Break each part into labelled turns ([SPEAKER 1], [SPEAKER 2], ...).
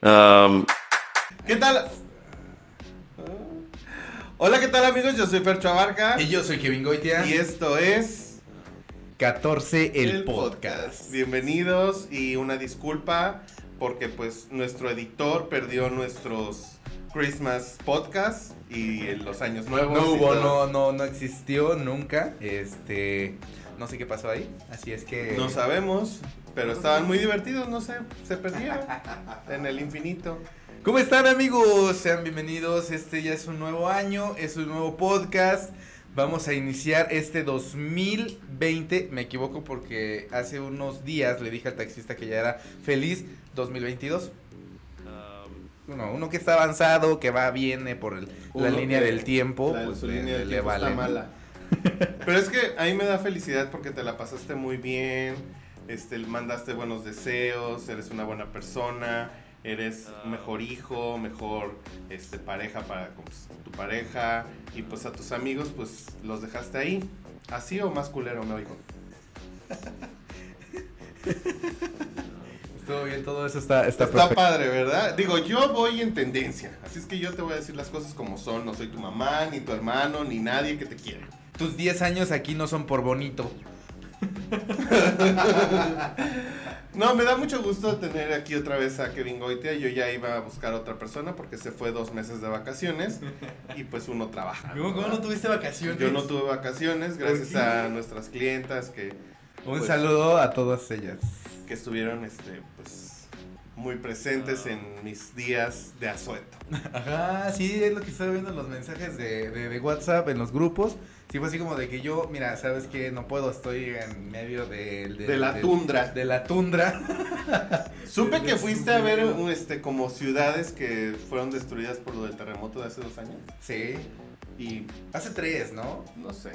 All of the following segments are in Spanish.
[SPEAKER 1] Um,
[SPEAKER 2] ¿Qué tal? Hola, ¿qué tal amigos? Yo soy Percho Abarca
[SPEAKER 3] Y yo soy Kevin Goitia.
[SPEAKER 2] y esto es
[SPEAKER 3] 14 el, podcast.
[SPEAKER 2] Bienvenidos y una disculpa porque pues nuestro editor perdió nuestros Christmas podcasts y en los años nuevos.
[SPEAKER 3] No
[SPEAKER 2] y
[SPEAKER 3] hubo,
[SPEAKER 2] todo.
[SPEAKER 3] no, no, no existió nunca. Este, no sé qué pasó ahí. Así es que.
[SPEAKER 2] No sabemos, pero estaban muy divertidos, no sé, se perdieron en el infinito.
[SPEAKER 3] ¿Cómo están amigos? Sean bienvenidos. Este ya es un nuevo año, es un nuevo podcast. Vamos a iniciar este 2020. Me equivoco porque hace unos días le dije al taxista que ya era feliz 2022. Uno, uno que está avanzado, que va, viene por el- la
[SPEAKER 2] Uno
[SPEAKER 3] línea
[SPEAKER 2] que-
[SPEAKER 3] del tiempo.
[SPEAKER 2] La-
[SPEAKER 3] pues
[SPEAKER 2] su
[SPEAKER 3] le,
[SPEAKER 2] línea de
[SPEAKER 3] le
[SPEAKER 2] tiempo
[SPEAKER 3] vale,
[SPEAKER 2] está
[SPEAKER 3] ¿no?
[SPEAKER 2] mala. Pero es que ahí me da felicidad porque te la pasaste muy bien, este, mandaste buenos deseos, eres una buena persona, eres mejor hijo, mejor este, pareja para con, pues, tu pareja y pues a tus amigos pues los dejaste ahí. ¿Así o más culero me oigo?
[SPEAKER 3] Estuvo bien, todo eso está, está,
[SPEAKER 2] Está,
[SPEAKER 3] perfecto.
[SPEAKER 2] padre, ¿verdad? Digo, yo voy en tendencia, así es que yo te voy a decir las cosas como son, no soy tu mamá, ni tu hermano, ni nadie que te quiera.
[SPEAKER 3] Tus 10 años aquí no son por bonito.
[SPEAKER 2] No, me da mucho gusto tener aquí otra vez a Kevin Goitia. Yo ya iba a buscar otra persona porque se fue dos meses de vacaciones y pues uno trabaja. ¿no?
[SPEAKER 3] tuviste vacaciones?
[SPEAKER 2] Yo no tuve vacaciones gracias
[SPEAKER 3] qué?
[SPEAKER 2] a nuestras clientas que,
[SPEAKER 3] Un
[SPEAKER 2] Pues-
[SPEAKER 3] saludo a todas ellas.
[SPEAKER 2] que estuvieron este, pues, muy presentes
[SPEAKER 3] Ah.
[SPEAKER 2] en mis días de asueto.
[SPEAKER 3] Ajá, sí, es lo que estaba viendo en los mensajes de, de- de WhatsApp, en los grupos. Sí, fue así como de que yo, mira, sabes que no puedo, estoy en medio del- del-
[SPEAKER 2] De la
[SPEAKER 3] del-
[SPEAKER 2] tundra.
[SPEAKER 3] De la tundra.
[SPEAKER 2] Supe
[SPEAKER 3] de-
[SPEAKER 2] que
[SPEAKER 3] de-
[SPEAKER 2] fuiste a ver un, este, como ciudades que fueron destruidas por lo del terremoto de hace dos años.
[SPEAKER 3] Sí.
[SPEAKER 2] Y
[SPEAKER 3] Hace tres, ¿no?
[SPEAKER 2] no sé.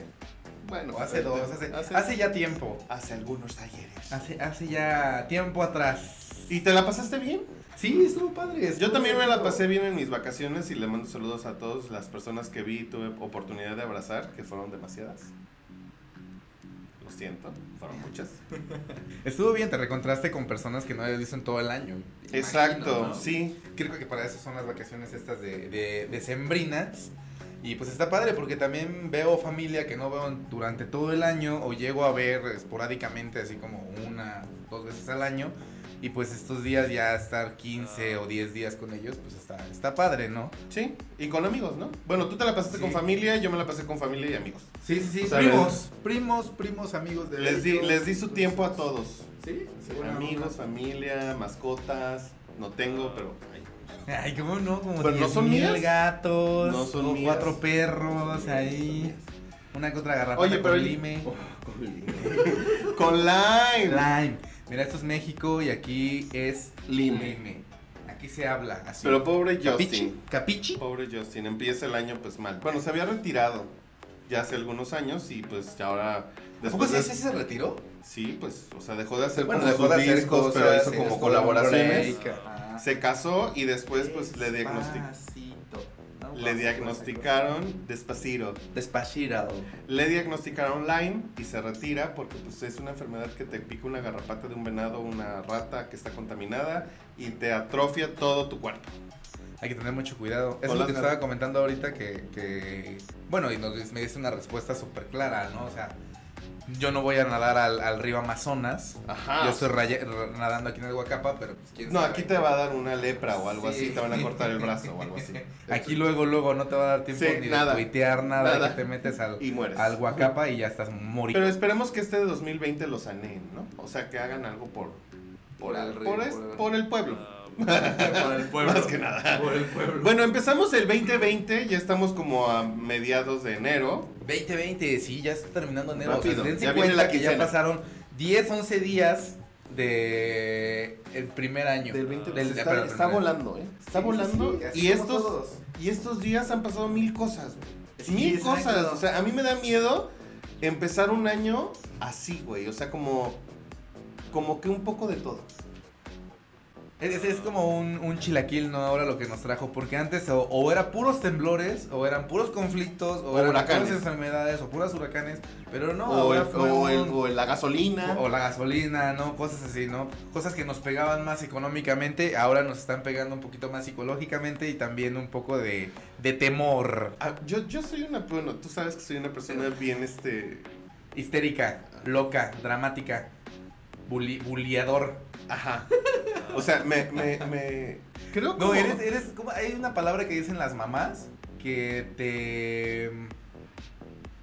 [SPEAKER 2] Bueno,
[SPEAKER 3] O hace
[SPEAKER 2] de-
[SPEAKER 3] dos, hace, Ah. hace ya tiempo.
[SPEAKER 2] hace algunos talleres.
[SPEAKER 3] Hace, hace ya tiempo atrás.
[SPEAKER 2] ¿Y te la pasaste bien?
[SPEAKER 3] Sí, estuvo padre. estuvo
[SPEAKER 2] Yo también me la
[SPEAKER 3] bonito.
[SPEAKER 2] pasé bien en mis vacaciones y le mando saludos a todas las personas que vi y tuve oportunidad de abrazar, que fueron demasiadas. Lo siento, fueron muchas.
[SPEAKER 3] Estuvo bien, te recontraste con personas que no habías visto en todo el año.
[SPEAKER 2] Exacto,
[SPEAKER 3] Imagino, ¿no?
[SPEAKER 2] sí.
[SPEAKER 3] Creo que para eso son las vacaciones estas de, de, de sembrinas. Y pues está padre porque también veo familia que no veo en- durante todo el año o llego a ver esporádicamente así como una, dos veces al año. Y pues estos días ya estar
[SPEAKER 2] Ah.
[SPEAKER 3] 15 o 10 días con ellos, pues está, está padre, ¿no?
[SPEAKER 2] Sí, y con amigos, ¿no? Bueno, tú te la pasaste
[SPEAKER 3] Sí.
[SPEAKER 2] con familia, yo me la pasé con familia y amigos.
[SPEAKER 3] Sí, sí, sí.
[SPEAKER 2] O sea,
[SPEAKER 3] primos, primos, primos, amigos de
[SPEAKER 2] Les di, les di su tiempo
[SPEAKER 3] pues,
[SPEAKER 2] a todos.
[SPEAKER 3] Sí,
[SPEAKER 2] Amigos, familia, mascotas. No tengo, pero... ay,
[SPEAKER 3] Ay, cómo no, como
[SPEAKER 2] Pero no
[SPEAKER 3] 10
[SPEAKER 2] son
[SPEAKER 3] mil
[SPEAKER 2] mías.
[SPEAKER 3] gatos,
[SPEAKER 2] No son
[SPEAKER 3] como
[SPEAKER 2] mías.
[SPEAKER 3] cuatro perros ahí, una que otra garrafa
[SPEAKER 2] Oye, pero
[SPEAKER 3] con
[SPEAKER 2] el-
[SPEAKER 3] lime,
[SPEAKER 2] Con lime.
[SPEAKER 3] lime. Mira, esto es México y aquí es
[SPEAKER 2] Lime.
[SPEAKER 3] Aquí se habla así.
[SPEAKER 2] Pero pobre
[SPEAKER 3] capichi,
[SPEAKER 2] Justin.
[SPEAKER 3] capichi.
[SPEAKER 2] Pobre Justin, empieza el año pues mal. Bueno, se había retirado ya hace algunos años y pues ya ahora...
[SPEAKER 3] ¿A poco
[SPEAKER 2] Después
[SPEAKER 3] sí,
[SPEAKER 2] de-
[SPEAKER 3] sí se retiró?
[SPEAKER 2] Sí, pues, o sea, dejó de hacer
[SPEAKER 3] Bueno,
[SPEAKER 2] como
[SPEAKER 3] dejó
[SPEAKER 2] sus
[SPEAKER 3] de hacer
[SPEAKER 2] discos,
[SPEAKER 3] cosas,
[SPEAKER 2] pero hizo
[SPEAKER 3] sí,
[SPEAKER 2] como
[SPEAKER 3] estuvo
[SPEAKER 2] colaboraciones.
[SPEAKER 3] break, ajá.
[SPEAKER 2] Se casó y después pues le, diagnosti-
[SPEAKER 3] Despacito. No, pues,
[SPEAKER 2] le
[SPEAKER 3] vamos,
[SPEAKER 2] diagnosticaron despacito.
[SPEAKER 3] Despacito.
[SPEAKER 2] Le diagnosticaron Lyme y se retira porque pues es una enfermedad que te pica una garrapata de un venado, una rata que está contaminada y te atrofia todo tu cuerpo.
[SPEAKER 3] Hay que tener mucho cuidado. Es
[SPEAKER 2] Hola,
[SPEAKER 3] lo que
[SPEAKER 2] Sara.
[SPEAKER 3] estaba comentando ahorita que, que- bueno, y nos, me diste una respuesta súper clara, ¿no? O sea, yo no voy a nadar al, al río Amazonas.
[SPEAKER 2] Ajá.
[SPEAKER 3] Yo estoy raya- r- nadando aquí en el Huacapa, pero pues, quién
[SPEAKER 2] Ah, No,
[SPEAKER 3] sabe.
[SPEAKER 2] aquí te va a dar una lepra o algo
[SPEAKER 3] Sí.
[SPEAKER 2] así, te van a cortar el brazo o algo así.
[SPEAKER 3] Aquí luego, luego no te va a dar tiempo
[SPEAKER 2] Sí,
[SPEAKER 3] ni
[SPEAKER 2] nada.
[SPEAKER 3] de tuitear nada,
[SPEAKER 2] Nada.
[SPEAKER 3] que te metes al,
[SPEAKER 2] Y mueres.
[SPEAKER 3] al Huacapa y ya estás morido.
[SPEAKER 2] Pero esperemos que este de 2020 lo saneen, ¿no? O sea, que hagan algo por, por, el, por, es- por el pueblo.
[SPEAKER 3] por el pueblo.
[SPEAKER 2] Más que nada.
[SPEAKER 3] Por el pueblo.
[SPEAKER 2] Bueno, empezamos el 2020, ya estamos como a mediados de enero.
[SPEAKER 3] 2020, sí, ya está terminando enero.
[SPEAKER 2] Rápido,
[SPEAKER 3] o sea, dense
[SPEAKER 2] ya viene
[SPEAKER 3] cuenta
[SPEAKER 2] la
[SPEAKER 3] que ya
[SPEAKER 2] quincena.
[SPEAKER 3] pasaron 10, 11 días de el primer año. Del-
[SPEAKER 2] pues, está,
[SPEAKER 3] perdón,
[SPEAKER 2] está
[SPEAKER 3] primer-
[SPEAKER 2] volando, ¿eh? Está
[SPEAKER 3] Sí,
[SPEAKER 2] volando.
[SPEAKER 3] sí, sí, así
[SPEAKER 2] y,
[SPEAKER 3] como
[SPEAKER 2] estos,
[SPEAKER 3] todos.
[SPEAKER 2] y estos días han pasado mil cosas. güey.
[SPEAKER 3] Sí,
[SPEAKER 2] mil
[SPEAKER 3] exacto.
[SPEAKER 2] cosas. O sea, a mí me da miedo empezar un año así, güey. O sea, como, como que un poco de todo.
[SPEAKER 3] Es, es como un, un chilaquil, ¿no? Ahora lo que nos trajo, porque antes o, o era puros temblores, o eran puros conflictos, o,
[SPEAKER 2] O
[SPEAKER 3] eran
[SPEAKER 2] huracanes.
[SPEAKER 3] puras enfermedades, o puras huracanes, pero no,
[SPEAKER 2] o,
[SPEAKER 3] ahora
[SPEAKER 2] el-
[SPEAKER 3] fue
[SPEAKER 2] o el-
[SPEAKER 3] un-
[SPEAKER 2] o el- la gasolina.
[SPEAKER 3] o la gasolina, ¿no? Cosas así, ¿no? Cosas que nos pegaban más económicamente, ahora nos están pegando un poquito más psicológicamente y también un poco de, de temor.
[SPEAKER 2] Ah, yo, yo soy una, bueno, tú sabes que soy una persona bien, este,
[SPEAKER 3] Histérica, loca, dramática, buli- buleador.
[SPEAKER 2] ajá. O sea, me, me, me, creo
[SPEAKER 3] No,
[SPEAKER 2] como-
[SPEAKER 3] eres, eres, ¿cómo? hay una palabra que dicen las mamás que te... mm,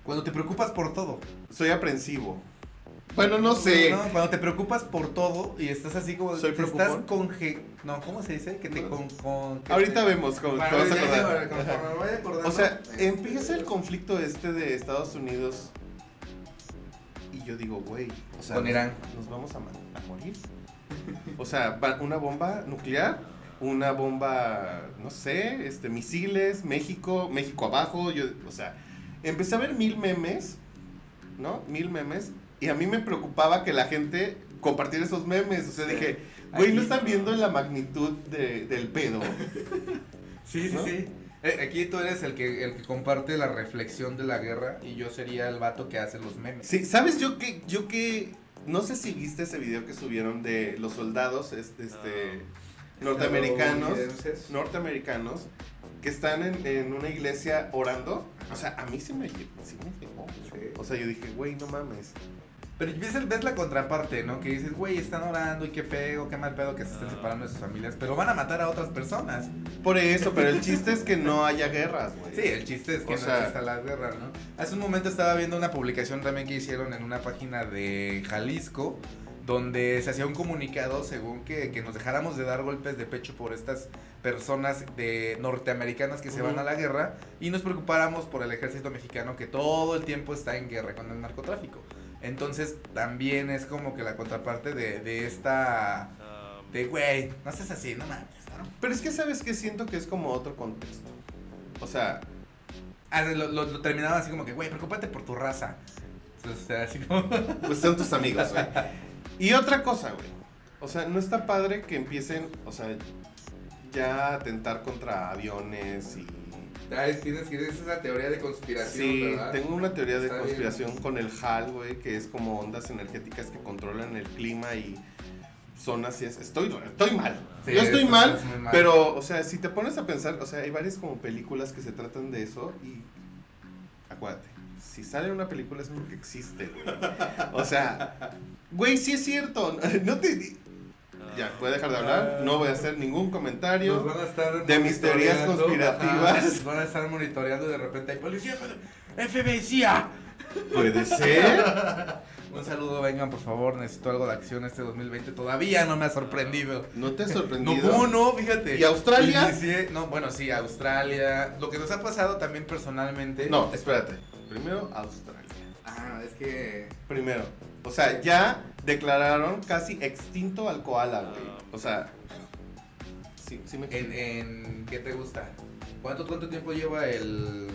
[SPEAKER 3] Cuando te preocupas por todo.
[SPEAKER 2] soy aprensivo. Bueno, no sé.
[SPEAKER 3] No, cuando te preocupas por todo y estás así como...
[SPEAKER 2] Soy
[SPEAKER 3] te estás
[SPEAKER 2] preocupón.
[SPEAKER 3] conge... No, ¿cómo se dice? Que te con... con- que
[SPEAKER 2] Ahorita
[SPEAKER 3] te-
[SPEAKER 2] vemos cómo
[SPEAKER 3] Bueno,
[SPEAKER 2] te vas a
[SPEAKER 3] ya
[SPEAKER 2] acordar.
[SPEAKER 3] sé, bueno,
[SPEAKER 2] Ajá.
[SPEAKER 3] conforme me vaya acordando.
[SPEAKER 2] O sea, empieza el conflicto este de Estados Unidos y yo digo, güey, o sea,
[SPEAKER 3] Con Irán.
[SPEAKER 2] nos vamos a, ma- a morir. O sea, va- una bomba nuclear, una bomba, no sé, este, misiles, México, México abajo, yo, o sea, empecé a ver mil memes, ¿no? Mil memes y a mí me preocupaba que la gente compartiera esos memes, o sea,
[SPEAKER 3] Sí.
[SPEAKER 2] dije, güey, no
[SPEAKER 3] Aquí-
[SPEAKER 2] están viendo la magnitud de- del pedo.
[SPEAKER 3] Sí, sí,
[SPEAKER 2] ¿no?
[SPEAKER 3] sí. Eh, aquí tú eres el que, el que comparte la reflexión de la guerra y yo sería el vato que hace los memes.
[SPEAKER 2] Sí, ¿sabes yo que yo que no sé si viste ese video que subieron de los soldados este, este,
[SPEAKER 3] Ah,
[SPEAKER 2] norteamericanos,
[SPEAKER 3] Estadounidenses.
[SPEAKER 2] norteamericanos que están en, en una iglesia orando? O sea, a mí sí me, lle- sí me llegó.
[SPEAKER 3] Sí.
[SPEAKER 2] O sea, yo dije, güey, no mames.
[SPEAKER 3] Pero ves, el- ves la contraparte, ¿no? Que dices, güey, están orando y qué feo, qué mal pedo que se estén
[SPEAKER 1] Ah.
[SPEAKER 3] separando de sus familias, pero van a matar a otras personas.
[SPEAKER 2] Por eso, pero el chiste es que no haya guerras, güey.
[SPEAKER 3] Sí, el chiste es que
[SPEAKER 2] O
[SPEAKER 3] no
[SPEAKER 2] sea-
[SPEAKER 3] exista la guerra, ¿no? Hace un momento estaba viendo una publicación también que hicieron en una página de Jalisco, donde se hacía un comunicado según que, que nos dejáramos de dar golpes de pecho por estas personas de norteamericanas que se van
[SPEAKER 2] Ujú.
[SPEAKER 3] a la guerra y nos preocupáramos por el ejército mexicano que todo el tiempo está en guerra con el narcotráfico. Entonces también es como que la contraparte de, de esta...
[SPEAKER 1] um,
[SPEAKER 3] De, güey, no seas así, no mames. ¿no?
[SPEAKER 2] Pero es que sabes que siento que es como otro contexto. O sea,
[SPEAKER 3] Ah, lo, lo, lo terminaban así como que, güey, preocúpate por tu raza. Entonces, o sea, así como.
[SPEAKER 2] Pues son tus amigos, güey. Y otra cosa, güey. O sea, no está padre que empiecen, o sea, ya a atentar contra aviones y...
[SPEAKER 3] Ay, tienes que esa es la teoría de conspiración,
[SPEAKER 2] Sí,
[SPEAKER 3] ¿verdad?
[SPEAKER 2] tengo una teoría de
[SPEAKER 3] Está bien.
[SPEAKER 2] conspiración con el HAL, güey, que es como ondas energéticas que controlan el clima y son así. es- Estoy, estoy mal.
[SPEAKER 3] Sí,
[SPEAKER 2] Yo estoy
[SPEAKER 3] eso
[SPEAKER 2] mal,
[SPEAKER 3] es muy
[SPEAKER 2] pero, o sea, si te pones a pensar, o sea, hay varias como películas que se tratan de eso y acuérdate, si sale una película es porque existe, güey. O sea, güey, sí es cierto, no te ya, voy a dejar de hablar, no voy a hacer ningún
[SPEAKER 3] Nos
[SPEAKER 2] comentario.
[SPEAKER 3] van a estar
[SPEAKER 2] de mis teorías
[SPEAKER 3] monitoreando,
[SPEAKER 2] conspirativas.
[SPEAKER 3] ajá, nos van a estar monitoreando y de repente hay policía, FBI, CIA.
[SPEAKER 2] Puede ser.
[SPEAKER 3] ah. Un saludo, vengan, por favor, necesito algo de acción este 2020. Todavía no me ha sorprendido.
[SPEAKER 2] No te has
[SPEAKER 3] No,
[SPEAKER 2] sorprendido.
[SPEAKER 3] ¿cómo no? Fíjate.
[SPEAKER 2] ¿Y Australia?
[SPEAKER 3] Inicié- no, bueno, sí, Australia. Lo que nos ha pasado también personalmente.
[SPEAKER 2] No, espérate. Primero Australia.
[SPEAKER 3] Ah, es que.
[SPEAKER 2] Primero. O sea, ya declararon casi extinto al koala, güey.
[SPEAKER 3] Ah.
[SPEAKER 2] O sea, sí, sí me
[SPEAKER 3] En, en- ¿Qué te gusta? ¿Cuánto, cuánto tiempo lleva el...?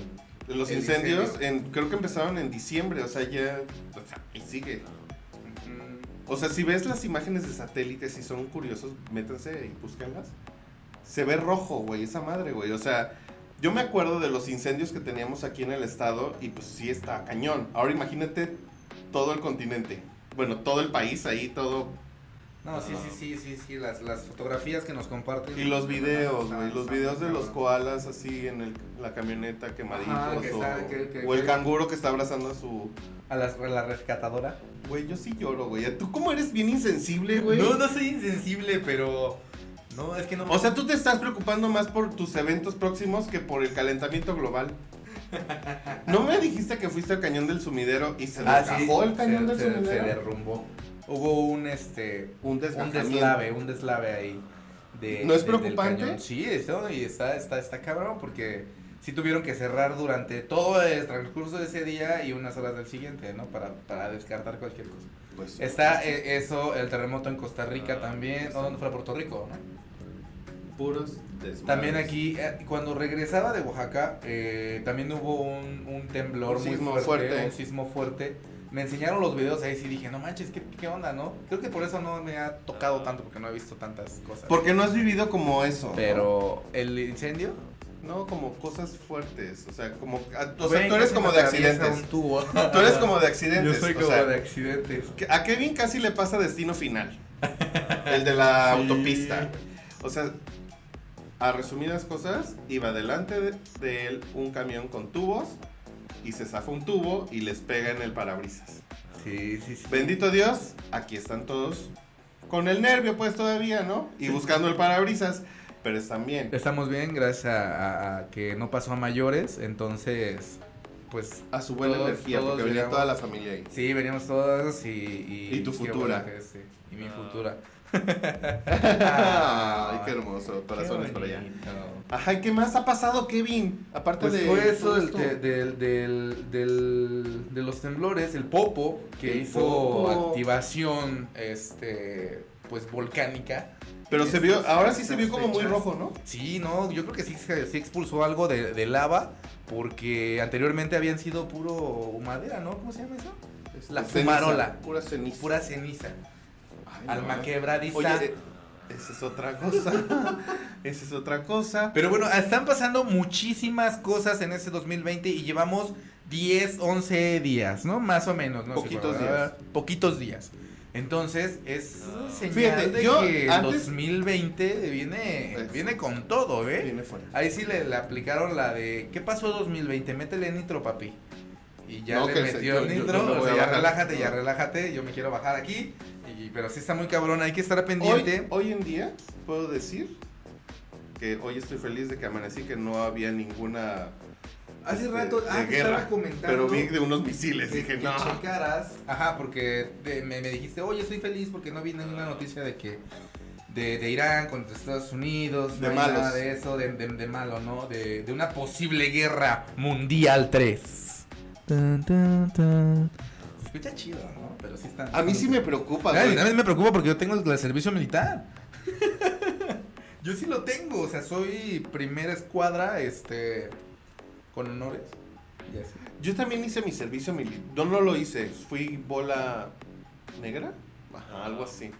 [SPEAKER 2] Los
[SPEAKER 3] El
[SPEAKER 2] incendios
[SPEAKER 3] incendio.
[SPEAKER 2] en- creo que empezaron en diciembre, o sea, ya. o sea, y sigue. O sea, si ves las imágenes de satélites, si son curiosos, métanse y búsquenlas. Se ve rojo, güey, esa madre, güey. O sea, yo me acuerdo de los incendios que teníamos aquí en el estado y pues sí está cañón. Ahora imagínate todo el continente. Bueno, todo el país ahí, todo.
[SPEAKER 3] No, sí, sí, sí, sí, sí, las, las fotografías que nos comparten. Ah,
[SPEAKER 2] Y los videos,
[SPEAKER 3] Están-
[SPEAKER 2] güey. Los
[SPEAKER 3] están
[SPEAKER 2] videos de
[SPEAKER 3] muy
[SPEAKER 2] los
[SPEAKER 3] cabrón.
[SPEAKER 2] koalas así en el- la camioneta quemaditos.
[SPEAKER 3] Ajá, que
[SPEAKER 2] o,
[SPEAKER 3] está- que- que-
[SPEAKER 2] o el
[SPEAKER 3] que-
[SPEAKER 2] canguro que está abrazando a su.
[SPEAKER 3] A, las, a la rescatadora.
[SPEAKER 2] Güey, yo sí lloro, güey. ¿Tú cómo eres bien insensible, güey?
[SPEAKER 3] No, no soy insensible, pero... No, es que no...
[SPEAKER 2] O sea, tú te estás preocupando más por tus eventos próximos que por el calentamiento global. ¿No me dijiste que fuiste al cañón del sumidero y se
[SPEAKER 3] Ah, sí,
[SPEAKER 2] desgajó el cañón
[SPEAKER 3] se,
[SPEAKER 2] del
[SPEAKER 3] se- se
[SPEAKER 2] sumidero?
[SPEAKER 3] derrumbó. Hubo un, este...
[SPEAKER 2] un
[SPEAKER 3] Un
[SPEAKER 2] desgajamiento.
[SPEAKER 3] deslave, un deslave ahí. De,
[SPEAKER 2] ¿No es
[SPEAKER 3] de- del
[SPEAKER 2] preocupante?
[SPEAKER 3] cañón. Sí, eso, y está, está, está cabrón porque sí tuvieron que cerrar durante todo el transcurso de ese día y unas horas del siguiente, ¿no? Para, para descartar cualquier cosa.
[SPEAKER 2] Pues,
[SPEAKER 3] Está eh, eso, el terremoto en Costa Rica
[SPEAKER 1] Ah,
[SPEAKER 3] también,
[SPEAKER 1] está.
[SPEAKER 3] o donde fue Puerto Rico, ¿no?
[SPEAKER 2] puros desmadres.
[SPEAKER 3] También aquí, eh, cuando regresaba de Oaxaca, eh, también hubo un, un temblor
[SPEAKER 2] Un
[SPEAKER 3] muy
[SPEAKER 2] sismo
[SPEAKER 3] fuerte,
[SPEAKER 2] fuerte.
[SPEAKER 3] un sismo fuerte, me enseñaron los videos ahí sí dije, no manches, ¿qué, qué onda, no? Creo que por eso no me ha tocado tanto, porque no he visto tantas cosas.
[SPEAKER 2] Porque no has vivido como eso. ¿no?
[SPEAKER 3] Pero el incendio,
[SPEAKER 2] No, como cosas fuertes. O sea, como. a- O sea,
[SPEAKER 3] Güey,
[SPEAKER 2] tú eres
[SPEAKER 3] casi
[SPEAKER 2] como
[SPEAKER 3] me
[SPEAKER 2] de
[SPEAKER 3] atraviesa
[SPEAKER 2] accidentes.
[SPEAKER 3] un tubo.
[SPEAKER 2] Tú eres como de accidentes.
[SPEAKER 3] Yo soy
[SPEAKER 2] o
[SPEAKER 3] como
[SPEAKER 2] sea,
[SPEAKER 3] de accidentes.
[SPEAKER 2] que- A Kevin casi le pasa destino final. El de la
[SPEAKER 3] Sí.
[SPEAKER 2] autopista. O sea, a resumidas cosas, iba delante de, de él un camión con tubos y se zafa un tubo y les pega en el parabrisas.
[SPEAKER 3] Sí, sí, sí.
[SPEAKER 2] Bendito Dios, aquí están todos con el nervio pues todavía, ¿no? Y buscando el parabrisas, pero están bien.
[SPEAKER 3] Estamos bien, gracias a, a- a que no pasó a mayores, entonces, pues
[SPEAKER 2] A su buena
[SPEAKER 3] Todos-
[SPEAKER 2] energía,
[SPEAKER 3] todos
[SPEAKER 2] porque venía
[SPEAKER 3] llegamos.
[SPEAKER 2] toda la familia ahí.
[SPEAKER 3] sí, veníamos todos y... Y,
[SPEAKER 2] Y tu
[SPEAKER 3] qué
[SPEAKER 2] futura.
[SPEAKER 3] bueno que sí, y mi
[SPEAKER 1] Ah.
[SPEAKER 3] futura.
[SPEAKER 2] Ay, qué hermoso, corazones por allá. Ajá, ¿y qué más ha pasado, Kevin? Aparte
[SPEAKER 3] Pues
[SPEAKER 2] de.
[SPEAKER 3] fue eso
[SPEAKER 2] todo
[SPEAKER 3] del,
[SPEAKER 2] esto.
[SPEAKER 3] te- del, del, del- de los temblores, el popo, que
[SPEAKER 2] El
[SPEAKER 3] hizo
[SPEAKER 2] Popo.
[SPEAKER 3] activación, este, pues volcánica.
[SPEAKER 2] Pero se vio,
[SPEAKER 3] Estas-
[SPEAKER 2] ahora sí se
[SPEAKER 3] estas
[SPEAKER 2] vio como muy
[SPEAKER 3] fechas.
[SPEAKER 2] rojo, ¿no?
[SPEAKER 3] Sí, no, yo creo que sí, se- sí expulsó algo de, de lava, porque anteriormente habían sido puro madera, ¿no? ¿Cómo se llama eso? La
[SPEAKER 2] Ceniza,
[SPEAKER 3] fumarola.
[SPEAKER 2] Pura ceniza.
[SPEAKER 3] Pura ceniza,
[SPEAKER 2] Ay, no,
[SPEAKER 3] alma
[SPEAKER 2] eh.
[SPEAKER 3] quebradiza.
[SPEAKER 2] Oye, eh, esa es otra cosa. esa es otra cosa.
[SPEAKER 3] Pero bueno, están pasando muchísimas cosas en este 2020 y llevamos 10, 11 días, ¿no? Más o menos, ¿no?
[SPEAKER 2] Poquitos
[SPEAKER 3] Sí, ¿verdad? Poquitos días. Entonces, es
[SPEAKER 1] Ah.
[SPEAKER 3] señal
[SPEAKER 2] Fíjate,
[SPEAKER 3] de
[SPEAKER 2] yo
[SPEAKER 3] que el
[SPEAKER 2] antes-
[SPEAKER 3] 2020 viene,
[SPEAKER 2] Es-
[SPEAKER 3] viene con todo, ¿eh?
[SPEAKER 2] Viene fuerte.
[SPEAKER 3] Ahí sí le, le aplicaron la de, ¿qué pasó 2020? Métele nitro, papi. Y ya
[SPEAKER 2] No,
[SPEAKER 3] le
[SPEAKER 2] que se-
[SPEAKER 3] metió
[SPEAKER 2] yo- yo-
[SPEAKER 3] nitro,
[SPEAKER 2] yo no
[SPEAKER 3] o
[SPEAKER 2] voy
[SPEAKER 3] sea,
[SPEAKER 2] a
[SPEAKER 3] ya
[SPEAKER 2] bajar.
[SPEAKER 3] relájate, ya
[SPEAKER 2] No.
[SPEAKER 3] relájate, yo me quiero bajar aquí. y- pero sí está muy cabrón, hay que estar pendiente.
[SPEAKER 2] Hoy, hoy en día puedo decir que hoy estoy feliz de que amanecí que no había ninguna
[SPEAKER 3] Hace
[SPEAKER 2] este,
[SPEAKER 3] rato,
[SPEAKER 2] de
[SPEAKER 3] ah, te
[SPEAKER 2] guerra,
[SPEAKER 3] estaba comentando.
[SPEAKER 2] Pero vi de unos misiles,
[SPEAKER 3] que-
[SPEAKER 2] dije,
[SPEAKER 3] que
[SPEAKER 2] no.
[SPEAKER 3] checaras. Ajá, porque te- me, me dijiste, oye, estoy feliz porque no viene
[SPEAKER 2] Ah.
[SPEAKER 3] una noticia de que. De, de Irán contra Estados Unidos,
[SPEAKER 2] De
[SPEAKER 3] no hay
[SPEAKER 2] malos.
[SPEAKER 3] nada de eso, de, de- de malo, ¿no? De, de una posible guerra mundial 3. Tan, tan, tan. Se escucha chido, ¿no? Pero sí está.
[SPEAKER 2] A mí sí me preocupa,
[SPEAKER 3] Ay,
[SPEAKER 2] güey.
[SPEAKER 3] a mí me preocupa porque yo tengo el, el servicio militar. yo sí lo tengo, o sea, soy primera escuadra, este, con honores. y así.
[SPEAKER 2] Yo también hice mi servicio militar. No, no lo hice. Fui bola negra. Ajá, algo así.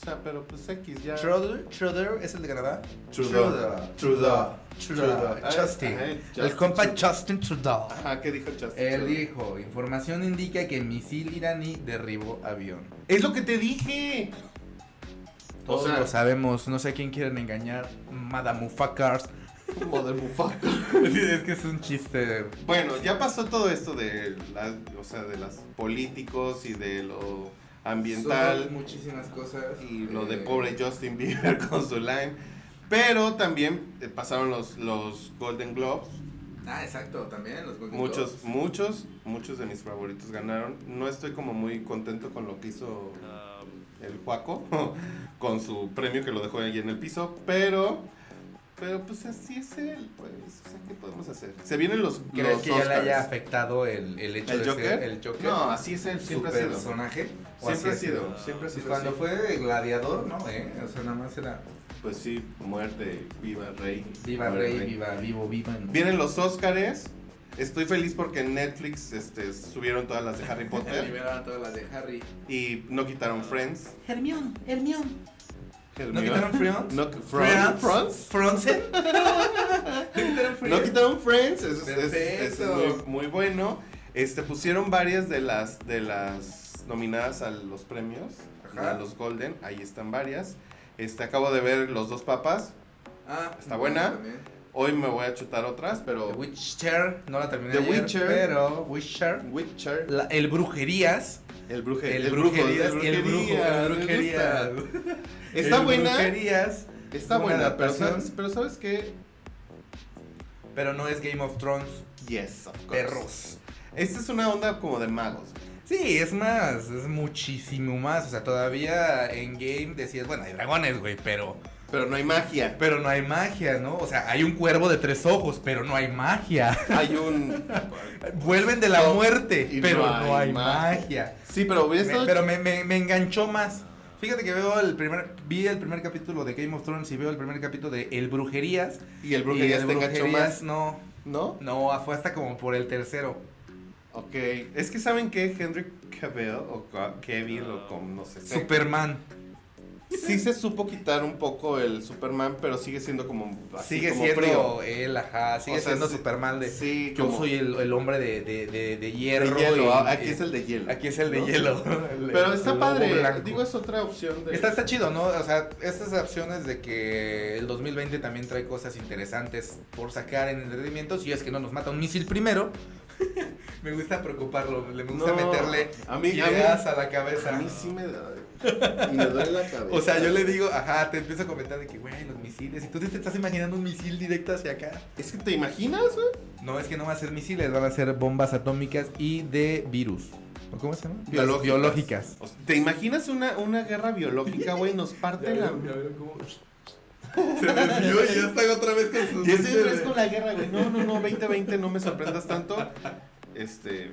[SPEAKER 2] O sea, pero pues X ya.
[SPEAKER 3] Trudeau, Trudeau es el de Canadá.
[SPEAKER 2] Trudeau.
[SPEAKER 3] Trudeau.
[SPEAKER 2] Trudeau.
[SPEAKER 3] Trudeau.
[SPEAKER 2] Ah,
[SPEAKER 3] Justin.
[SPEAKER 2] ajá,
[SPEAKER 3] El
[SPEAKER 2] Justin
[SPEAKER 3] compa
[SPEAKER 2] Trudeau.
[SPEAKER 3] Justin Trudeau.
[SPEAKER 2] Ajá, ¿qué dijo Justin?
[SPEAKER 3] Él
[SPEAKER 2] Trudeau?
[SPEAKER 3] dijo, información indica que misil iraní derribó avión.
[SPEAKER 2] Es lo que te dije.
[SPEAKER 3] Todos
[SPEAKER 2] sea-
[SPEAKER 3] lo sabemos, no sé a quién quieren engañar, Madamufakars.
[SPEAKER 2] Motherfucker.
[SPEAKER 3] es que es un chiste.
[SPEAKER 2] Bueno, ya pasó todo esto de las, o sea, de las políticos y de lo ambiental.
[SPEAKER 3] Son muchísimas cosas.
[SPEAKER 2] y lo de
[SPEAKER 3] eh,
[SPEAKER 2] pobre Justin Bieber con su line. Pero también eh, pasaron los, los Golden Globes.
[SPEAKER 3] Ah, exacto, también los Golden
[SPEAKER 2] Muchos,
[SPEAKER 3] Globes.
[SPEAKER 2] muchos, muchos de mis favoritos ganaron. No estoy como muy contento con lo que hizo
[SPEAKER 1] um,
[SPEAKER 2] el Juaco con su premio que lo dejó ahí en el piso, pero pero pues así es él, pues, o sea, ¿qué podemos hacer? Se vienen los,
[SPEAKER 3] ¿Crees
[SPEAKER 2] los
[SPEAKER 3] que ya le haya
[SPEAKER 2] Oscars.
[SPEAKER 3] afectado el, el hecho
[SPEAKER 2] ¿El
[SPEAKER 3] de
[SPEAKER 2] Joker?
[SPEAKER 3] ser el Joker?
[SPEAKER 2] No, así es él,
[SPEAKER 3] su
[SPEAKER 2] siempre ha sido.
[SPEAKER 3] personaje. ¿O así
[SPEAKER 2] Siempre ha sido, siempre ha
[SPEAKER 3] Pues
[SPEAKER 2] sido.
[SPEAKER 3] cuando
[SPEAKER 2] así.
[SPEAKER 3] fue gladiador, ¿no? ¿Eh? O sea, nada más era
[SPEAKER 2] Pues sí, muerte, viva rey.
[SPEAKER 3] viva
[SPEAKER 2] muerte,
[SPEAKER 3] rey, viva vivo, viva. ¿no?
[SPEAKER 2] Vienen los Oscars. Estoy feliz porque en Netflix este, subieron todas las de Harry Potter
[SPEAKER 3] Liberaron todas las de Harry.
[SPEAKER 2] y no quitaron Friends.
[SPEAKER 4] Hermión, Hermión.
[SPEAKER 3] ¿No quitaron Friends?
[SPEAKER 2] No, Friends. Friends.
[SPEAKER 3] ¿Fronzen? ¿No quitaron
[SPEAKER 2] No
[SPEAKER 3] Friends?
[SPEAKER 2] quitaron Friends, eso es, eso es-
[SPEAKER 3] Perfecto.
[SPEAKER 2] eso es muy, muy bueno. Este pusieron varias de las de las nominadas a los premios,
[SPEAKER 3] Ajá.
[SPEAKER 2] a los Golden, ahí están varias. Este acabo de ver Los dos papas.
[SPEAKER 3] Ah,
[SPEAKER 2] ¿Está buena?
[SPEAKER 3] también.
[SPEAKER 2] Hoy me voy a chutar otras,
[SPEAKER 3] The
[SPEAKER 2] pero
[SPEAKER 3] Witcher, no la terminé
[SPEAKER 2] The
[SPEAKER 3] ayer,
[SPEAKER 2] Witcher.
[SPEAKER 3] pero Witcher.
[SPEAKER 2] Witcher,
[SPEAKER 3] La- el Brujerías.
[SPEAKER 2] el bruje,
[SPEAKER 3] El,
[SPEAKER 2] brujo,
[SPEAKER 3] Brujerías. El Brujo.
[SPEAKER 2] brujería,
[SPEAKER 3] El
[SPEAKER 2] me
[SPEAKER 3] Brujerías.
[SPEAKER 2] gusta. Está
[SPEAKER 3] El
[SPEAKER 2] buena,
[SPEAKER 3] Brujerías,
[SPEAKER 2] está
[SPEAKER 3] buena
[SPEAKER 2] buena, pero
[SPEAKER 3] adaptación.
[SPEAKER 2] sabes, pero sabes qué?
[SPEAKER 3] pero no es Game of Thrones.
[SPEAKER 2] Yes, of course.
[SPEAKER 3] Perros.
[SPEAKER 2] Esta es una onda como de magos.
[SPEAKER 3] Sí, es más, es muchísimo más. O sea, todavía en game decías, bueno, hay dragones, güey, pero.
[SPEAKER 2] Pero no hay magia.
[SPEAKER 3] Pero no hay magia, ¿no? O sea, hay un cuervo de tres ojos, pero no hay magia.
[SPEAKER 2] Hay un
[SPEAKER 3] Vuelven de la
[SPEAKER 2] No, y
[SPEAKER 3] muerte, pero
[SPEAKER 2] no
[SPEAKER 3] no,
[SPEAKER 2] hay
[SPEAKER 3] hay
[SPEAKER 2] magia.
[SPEAKER 3] magia.
[SPEAKER 2] Sí, pero hubiera
[SPEAKER 3] Me-
[SPEAKER 2] estado
[SPEAKER 3] pero me, me- me enganchó más. Fíjate que veo el primer, vi el primer capítulo de Game of Thrones y veo el primer capítulo de El Brujerías.
[SPEAKER 2] y el
[SPEAKER 3] y
[SPEAKER 2] brujería
[SPEAKER 3] el
[SPEAKER 2] te enganchó
[SPEAKER 3] Brujerías
[SPEAKER 2] más,
[SPEAKER 3] no,
[SPEAKER 2] ¿no?
[SPEAKER 3] no, fue hasta como por el tercero.
[SPEAKER 2] Ok. Es que saben que Henry Cavill o Ca- Cavill o como no sé.
[SPEAKER 3] Superman.
[SPEAKER 2] Sí se supo quitar un poco el Superman, pero sigue siendo como así
[SPEAKER 3] Sigue
[SPEAKER 2] como
[SPEAKER 3] siendo
[SPEAKER 2] frío.
[SPEAKER 3] él, ajá. Sigue
[SPEAKER 2] O sea,
[SPEAKER 3] siendo
[SPEAKER 2] sí-
[SPEAKER 3] Superman de.
[SPEAKER 2] Sí,
[SPEAKER 3] Yo
[SPEAKER 2] como
[SPEAKER 3] soy el, el hombre de, de, de, de
[SPEAKER 2] de
[SPEAKER 3] hierro.
[SPEAKER 2] hielo.
[SPEAKER 3] y-
[SPEAKER 2] Ah, aquí
[SPEAKER 3] y-
[SPEAKER 2] es el de hielo.
[SPEAKER 3] aquí es el de
[SPEAKER 2] ¿no?
[SPEAKER 3] hielo.
[SPEAKER 2] Pero está padre. Digo,
[SPEAKER 3] Digo,
[SPEAKER 2] es otra opción de.
[SPEAKER 3] Está, está chido, ¿no? O sea, estas opciones de que el 2020 también trae cosas interesantes por sacar en entretenimiento. Si es que no nos mata un misil primero, me gusta preocuparlo, me gusta
[SPEAKER 2] No,
[SPEAKER 3] meterle
[SPEAKER 2] a mí- a mí-
[SPEAKER 3] ideas a, la
[SPEAKER 2] A
[SPEAKER 3] cabeza.
[SPEAKER 2] mí sí me da. Y me duele la cabeza.
[SPEAKER 3] O sea, yo le digo, ajá, te empiezo a comentar de que, güey, los misiles. Y tú te estás imaginando un misil directo hacia acá.
[SPEAKER 2] Es que te imaginas, güey.
[SPEAKER 3] No, es que no van a ser misiles, van a ser bombas atómicas y de virus. ¿O ¿Cómo se llama?
[SPEAKER 2] Biológicas.
[SPEAKER 3] Las Biológicas.
[SPEAKER 2] O sea, ¿Te imaginas una, una guerra biológica, güey? Nos parte la.
[SPEAKER 3] Se desvió y ya está otra vez con sus.
[SPEAKER 2] Ya estoy otra vez con la guerra, güey. No, no, no, 2020, no me sorprendas tanto. Este.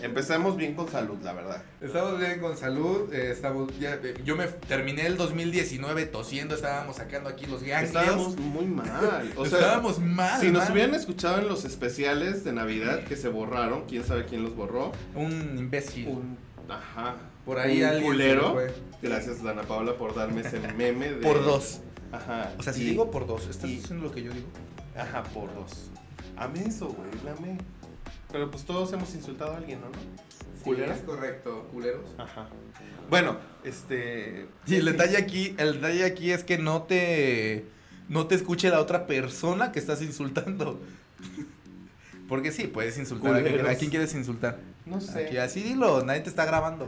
[SPEAKER 2] Empezamos bien con salud, la verdad.
[SPEAKER 3] Estamos bien con salud. eh, estamos ya, eh, yo me terminé el 2019 tosiendo, estábamos sacando aquí los ganglios.
[SPEAKER 2] Estábamos muy mal. O sea,
[SPEAKER 3] estábamos mal.
[SPEAKER 2] si nos
[SPEAKER 3] mal.
[SPEAKER 2] hubieran escuchado en los especiales de Navidad que se borraron, quién sabe quién los borró.
[SPEAKER 3] Un imbécil.
[SPEAKER 2] Un. Ajá.
[SPEAKER 3] por ahí
[SPEAKER 2] un
[SPEAKER 3] alguien. se
[SPEAKER 2] culero.
[SPEAKER 3] fue.
[SPEAKER 2] Gracias, Dana Paula, por darme ese meme de.
[SPEAKER 3] Por dos.
[SPEAKER 2] Ajá.
[SPEAKER 3] O sea, si
[SPEAKER 2] y-
[SPEAKER 3] digo por dos, ¿estás
[SPEAKER 2] y-
[SPEAKER 3] diciendo lo que yo digo?
[SPEAKER 2] Ajá, por dos. Amé eso, güey, la amé. Pero pues todos hemos insultado a alguien, ¿no? ¿No? ¿Culero?
[SPEAKER 3] Sí, es correcto, culeros.
[SPEAKER 2] Ajá. Bueno, este.
[SPEAKER 3] Y el detalle aquí, el detalle aquí es que no te no te escuche la otra persona que estás insultando. Porque sí, puedes insultar. ¿A quién,
[SPEAKER 2] Culeros.
[SPEAKER 3] a quién quieres insultar?
[SPEAKER 2] No
[SPEAKER 3] Aquí,
[SPEAKER 2] sé.
[SPEAKER 3] así dilo, nadie te está grabando.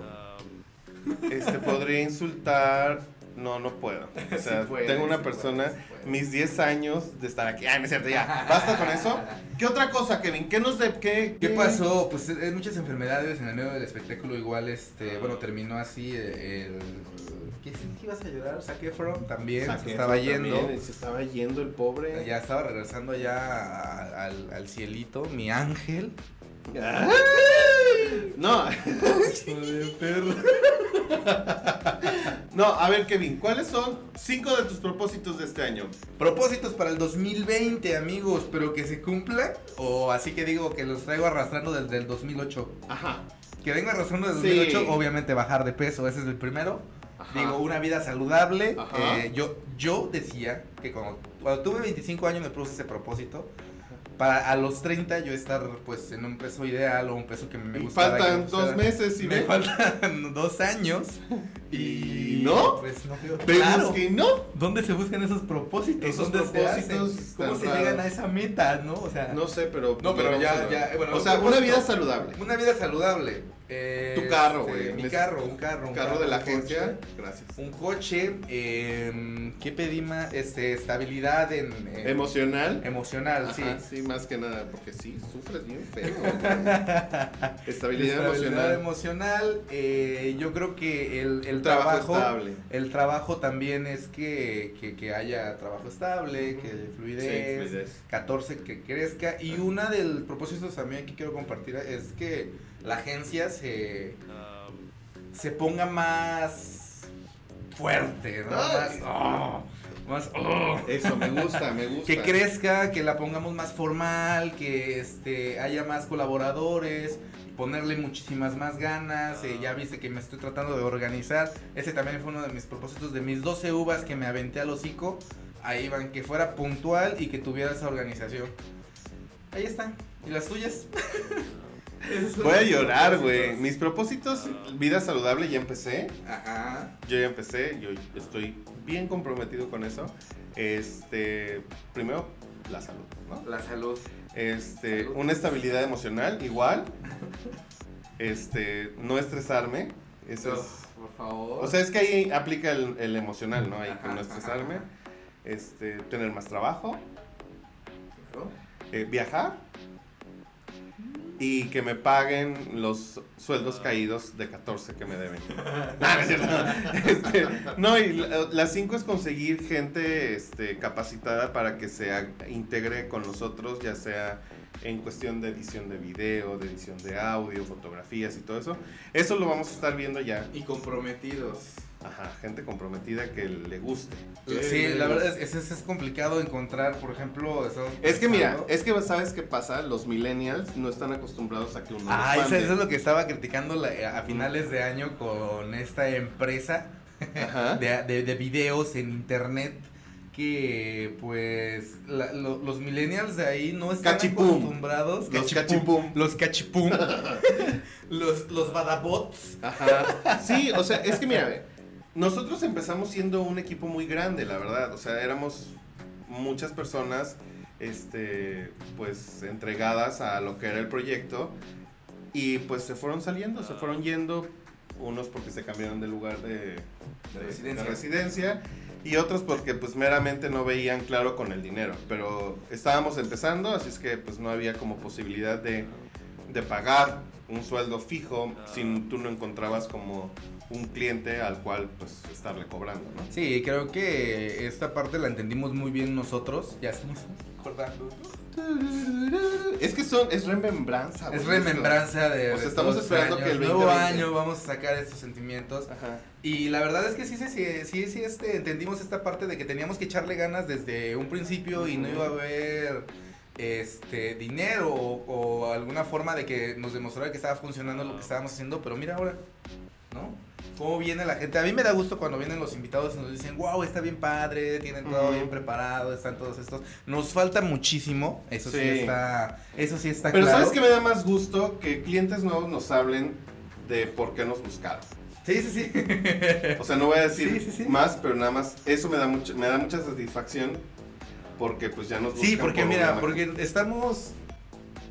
[SPEAKER 2] Este podría insultar. No, no puedo. O sea,
[SPEAKER 3] Sí puedes,
[SPEAKER 2] tengo una
[SPEAKER 3] sí
[SPEAKER 2] persona,
[SPEAKER 3] puedes, sí puedes.
[SPEAKER 2] mis 10 años de estar aquí. Ay, no es cierto, ya. Basta con eso. ¿Qué otra cosa, Kevin? ¿Qué nos de qué?
[SPEAKER 3] ¿Qué pasó? Pues eh, hay muchas enfermedades en el medio del espectáculo. Igual, este, bueno, terminó así eh, el. ¿Qué sí que ibas a llorar? Saqué From también.
[SPEAKER 2] Zac
[SPEAKER 3] se estaba
[SPEAKER 2] Efron
[SPEAKER 3] yendo.
[SPEAKER 2] también, Se estaba yendo el pobre.
[SPEAKER 3] Ya estaba regresando ya a- al, al cielito, mi ángel.
[SPEAKER 2] Ay. No, no, a ver, Kevin, ¿cuáles son cinco de tus propósitos de este año?
[SPEAKER 3] Propósitos para el 2020, amigos, pero que se cumplan. O así que digo que los traigo arrastrando desde el 2008.
[SPEAKER 2] Ajá.
[SPEAKER 3] Que vengo arrastrando desde
[SPEAKER 2] Sí.
[SPEAKER 3] el 2008, obviamente bajar de peso, ese es el primero.
[SPEAKER 2] Ajá.
[SPEAKER 3] Digo, una vida saludable.
[SPEAKER 2] Ajá.
[SPEAKER 3] Eh, yo, yo decía que cuando, cuando tuve 25 años me puse ese propósito. Para a los 30 yo estar pues en un peso ideal o un peso que me
[SPEAKER 2] Y
[SPEAKER 3] gustara. que me
[SPEAKER 2] faltan
[SPEAKER 3] gustara.
[SPEAKER 2] dos meses y
[SPEAKER 3] me
[SPEAKER 2] ve.
[SPEAKER 3] faltan dos años. Y
[SPEAKER 2] ¿Y no?
[SPEAKER 3] Pues no veo
[SPEAKER 2] Vemos
[SPEAKER 3] claro.
[SPEAKER 2] que no.
[SPEAKER 3] ¿Dónde se buscan esos propósitos?
[SPEAKER 2] Esos
[SPEAKER 3] ¿Dónde se
[SPEAKER 2] propósitos
[SPEAKER 3] hacen? ¿Cómo
[SPEAKER 2] tan
[SPEAKER 3] se llegan
[SPEAKER 2] raros.
[SPEAKER 3] a esa meta, no? O sea,
[SPEAKER 2] No sé, pero.
[SPEAKER 3] No, pero
[SPEAKER 2] vamos
[SPEAKER 3] ya-
[SPEAKER 2] a ver.
[SPEAKER 3] ya, bueno,
[SPEAKER 2] o sea,
[SPEAKER 3] un
[SPEAKER 2] una vida
[SPEAKER 3] propósito.
[SPEAKER 2] saludable.
[SPEAKER 3] una vida saludable. Eh,
[SPEAKER 2] Tu carro,
[SPEAKER 3] este,
[SPEAKER 2] güey.
[SPEAKER 3] Mi carro, un carro.
[SPEAKER 2] Un
[SPEAKER 3] Un
[SPEAKER 2] carro de la
[SPEAKER 3] un coche.
[SPEAKER 2] agencia. Gracias.
[SPEAKER 3] Un coche, eh, ¿qué pedí más? Este, estabilidad en, en-
[SPEAKER 2] Emocional.
[SPEAKER 3] emocional, sí.
[SPEAKER 2] Ajá, sí, más que nada, porque sí, sufres bien feo. güey. Estabilidad,
[SPEAKER 3] Estabilidad
[SPEAKER 2] emocional.
[SPEAKER 3] emocional, eh, yo creo que el, el
[SPEAKER 2] Trabajo
[SPEAKER 3] trabajo,
[SPEAKER 2] estable.
[SPEAKER 3] el trabajo también es que, que, que haya trabajo estable, que
[SPEAKER 2] Sí,
[SPEAKER 3] fluidez,
[SPEAKER 2] fluidez.
[SPEAKER 3] 14 que crezca y una del propósito también que quiero compartir es que la agencia se
[SPEAKER 1] um,
[SPEAKER 3] se ponga más fuerte, ¿no? más
[SPEAKER 2] Ay.
[SPEAKER 3] oh, más oh.
[SPEAKER 2] Eso, me gusta, me gusta.
[SPEAKER 3] que crezca, que la pongamos más formal, que este haya más colaboradores, ponerle muchísimas más ganas, eh, ya viste que me estoy tratando de organizar, ese también fue uno de mis propósitos de mis 12 uvas que me aventé al hocico, ahí van, que fuera puntual y que tuviera esa organización. Ahí están, y las tuyas. Esos son
[SPEAKER 2] Voy a
[SPEAKER 3] mis
[SPEAKER 2] llorar, güey.
[SPEAKER 3] propósitos.
[SPEAKER 2] Mis propósitos, vida saludable, ya empecé.
[SPEAKER 3] Ajá.
[SPEAKER 2] Yo ya empecé, yo estoy bien comprometido con eso. Este, primero, la salud, ¿no?
[SPEAKER 3] La salud.
[SPEAKER 2] Este,
[SPEAKER 3] Salud.
[SPEAKER 2] una estabilidad emocional, igual. Este, no estresarme. Eso es.
[SPEAKER 3] por favor.
[SPEAKER 2] O sea, es que ahí aplica el, el emocional, ¿no? Ahí, que
[SPEAKER 3] Ajá,
[SPEAKER 2] no estresarme.
[SPEAKER 3] ajá,
[SPEAKER 2] Este, tener más trabajo. eh, viajar. Y que me paguen los sueldos
[SPEAKER 3] Ah.
[SPEAKER 2] caídos de 14 que me deben. no, no es cierto. Este, no, y la- las 5 es conseguir gente este, capacitada para que se ag- integre con nosotros, ya sea en cuestión de edición de video, de edición de audio, fotografías y todo eso. Eso lo vamos a estar viendo ya.
[SPEAKER 3] y comprometidos.
[SPEAKER 2] Ajá, gente comprometida que le guste.
[SPEAKER 3] Sí,
[SPEAKER 2] Que
[SPEAKER 3] la
[SPEAKER 2] le
[SPEAKER 3] verdad
[SPEAKER 2] guste.
[SPEAKER 3] es, es, es complicado encontrar, por ejemplo. estamos
[SPEAKER 2] Es que mira,
[SPEAKER 3] pensando-
[SPEAKER 2] es que sabes qué pasa, los millennials no están acostumbrados a que uno los
[SPEAKER 3] Ah, eso,
[SPEAKER 2] mande.
[SPEAKER 3] eso es lo que estaba criticando la- eh, a finales de año con esta empresa
[SPEAKER 2] Ajá.
[SPEAKER 3] de, de- de videos en internet que pues la- lo- los millennials de ahí no están
[SPEAKER 2] Cachipum.
[SPEAKER 3] acostumbrados
[SPEAKER 2] Los cachipum.
[SPEAKER 3] los cachipum los los badabots
[SPEAKER 2] Ajá. Sí, o sea, es que mira, ve, nosotros empezamos siendo un equipo muy grande, la verdad. O sea, éramos muchas personas, este, pues entregadas a lo que era el proyecto y pues se fueron saliendo, se fueron yendo, unos porque se cambiaron de lugar de,
[SPEAKER 3] De residencia.
[SPEAKER 2] residencia, y otros porque pues meramente no veían claro con el dinero. Pero estábamos empezando, así es que pues no había como posibilidad de de pagar un sueldo fijo
[SPEAKER 1] Ah.
[SPEAKER 2] si tú no encontrabas como un cliente al cual pues estarle cobrando, ¿no?
[SPEAKER 3] sí creo que esta parte la entendimos muy bien nosotros ya se me está acordando
[SPEAKER 2] Es que son es remembranza. güey,
[SPEAKER 3] es
[SPEAKER 2] esto.
[SPEAKER 3] remembranza de
[SPEAKER 2] Ah, O sea,
[SPEAKER 3] de
[SPEAKER 2] estamos
[SPEAKER 3] todos los
[SPEAKER 2] esperando que el
[SPEAKER 3] años. nuevo
[SPEAKER 2] 2020.
[SPEAKER 3] año vamos a sacar estos sentimientos
[SPEAKER 2] Ajá.
[SPEAKER 3] Y la verdad es que sí, sí, sí, sí, sí, este, entendimos esta parte de que teníamos que echarle ganas desde un principio y no iba a haber este dinero o, o alguna forma de que nos demostrara que estaba funcionando lo que estábamos haciendo, pero mira ahora, ¿no? Cómo viene la gente. A mí me da gusto cuando vienen los invitados y nos dicen, wow, está bien padre, tienen todo
[SPEAKER 2] Ujú.
[SPEAKER 3] bien preparado, están todos estos. Nos falta muchísimo, eso sí,
[SPEAKER 2] Sí.
[SPEAKER 3] está, eso sí está
[SPEAKER 2] Pero
[SPEAKER 3] claro.
[SPEAKER 2] ¿sabes qué me da más gusto? Que clientes nuevos nos hablen de por qué nos buscaron.
[SPEAKER 3] Sí, sí, sí.
[SPEAKER 2] O sea, no voy a decir
[SPEAKER 3] Sí, sí, sí.
[SPEAKER 2] más, pero nada más eso me da mucho, me da mucha satisfacción porque pues ya nos
[SPEAKER 3] Sí,
[SPEAKER 2] buscan
[SPEAKER 3] porque
[SPEAKER 2] por
[SPEAKER 3] mira,
[SPEAKER 2] una-
[SPEAKER 3] porque estamos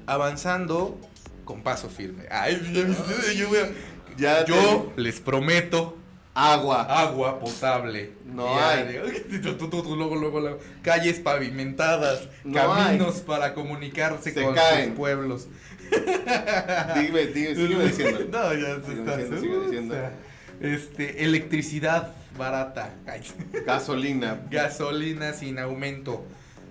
[SPEAKER 3] avanzando con paso firme. Ay, yo, voy a-
[SPEAKER 2] ya
[SPEAKER 3] yo les prometo
[SPEAKER 2] te- agua.
[SPEAKER 3] agua potable.
[SPEAKER 2] No
[SPEAKER 3] Diario. Tú, tú, tú, tú, luego, luego, luego. Calles pavimentadas,
[SPEAKER 2] No
[SPEAKER 3] caminos para comunicarse
[SPEAKER 2] Se
[SPEAKER 3] con
[SPEAKER 2] caen.
[SPEAKER 3] sus pueblos. Ah.
[SPEAKER 2] Dime, dime, sigue diciendo.
[SPEAKER 3] No, ya se
[SPEAKER 2] Sigue
[SPEAKER 3] está.
[SPEAKER 2] diciendo, sigue diciendo.
[SPEAKER 3] o sea, este, electricidad barata. Ay,
[SPEAKER 2] Gasolina,
[SPEAKER 3] gasolina sin aumento.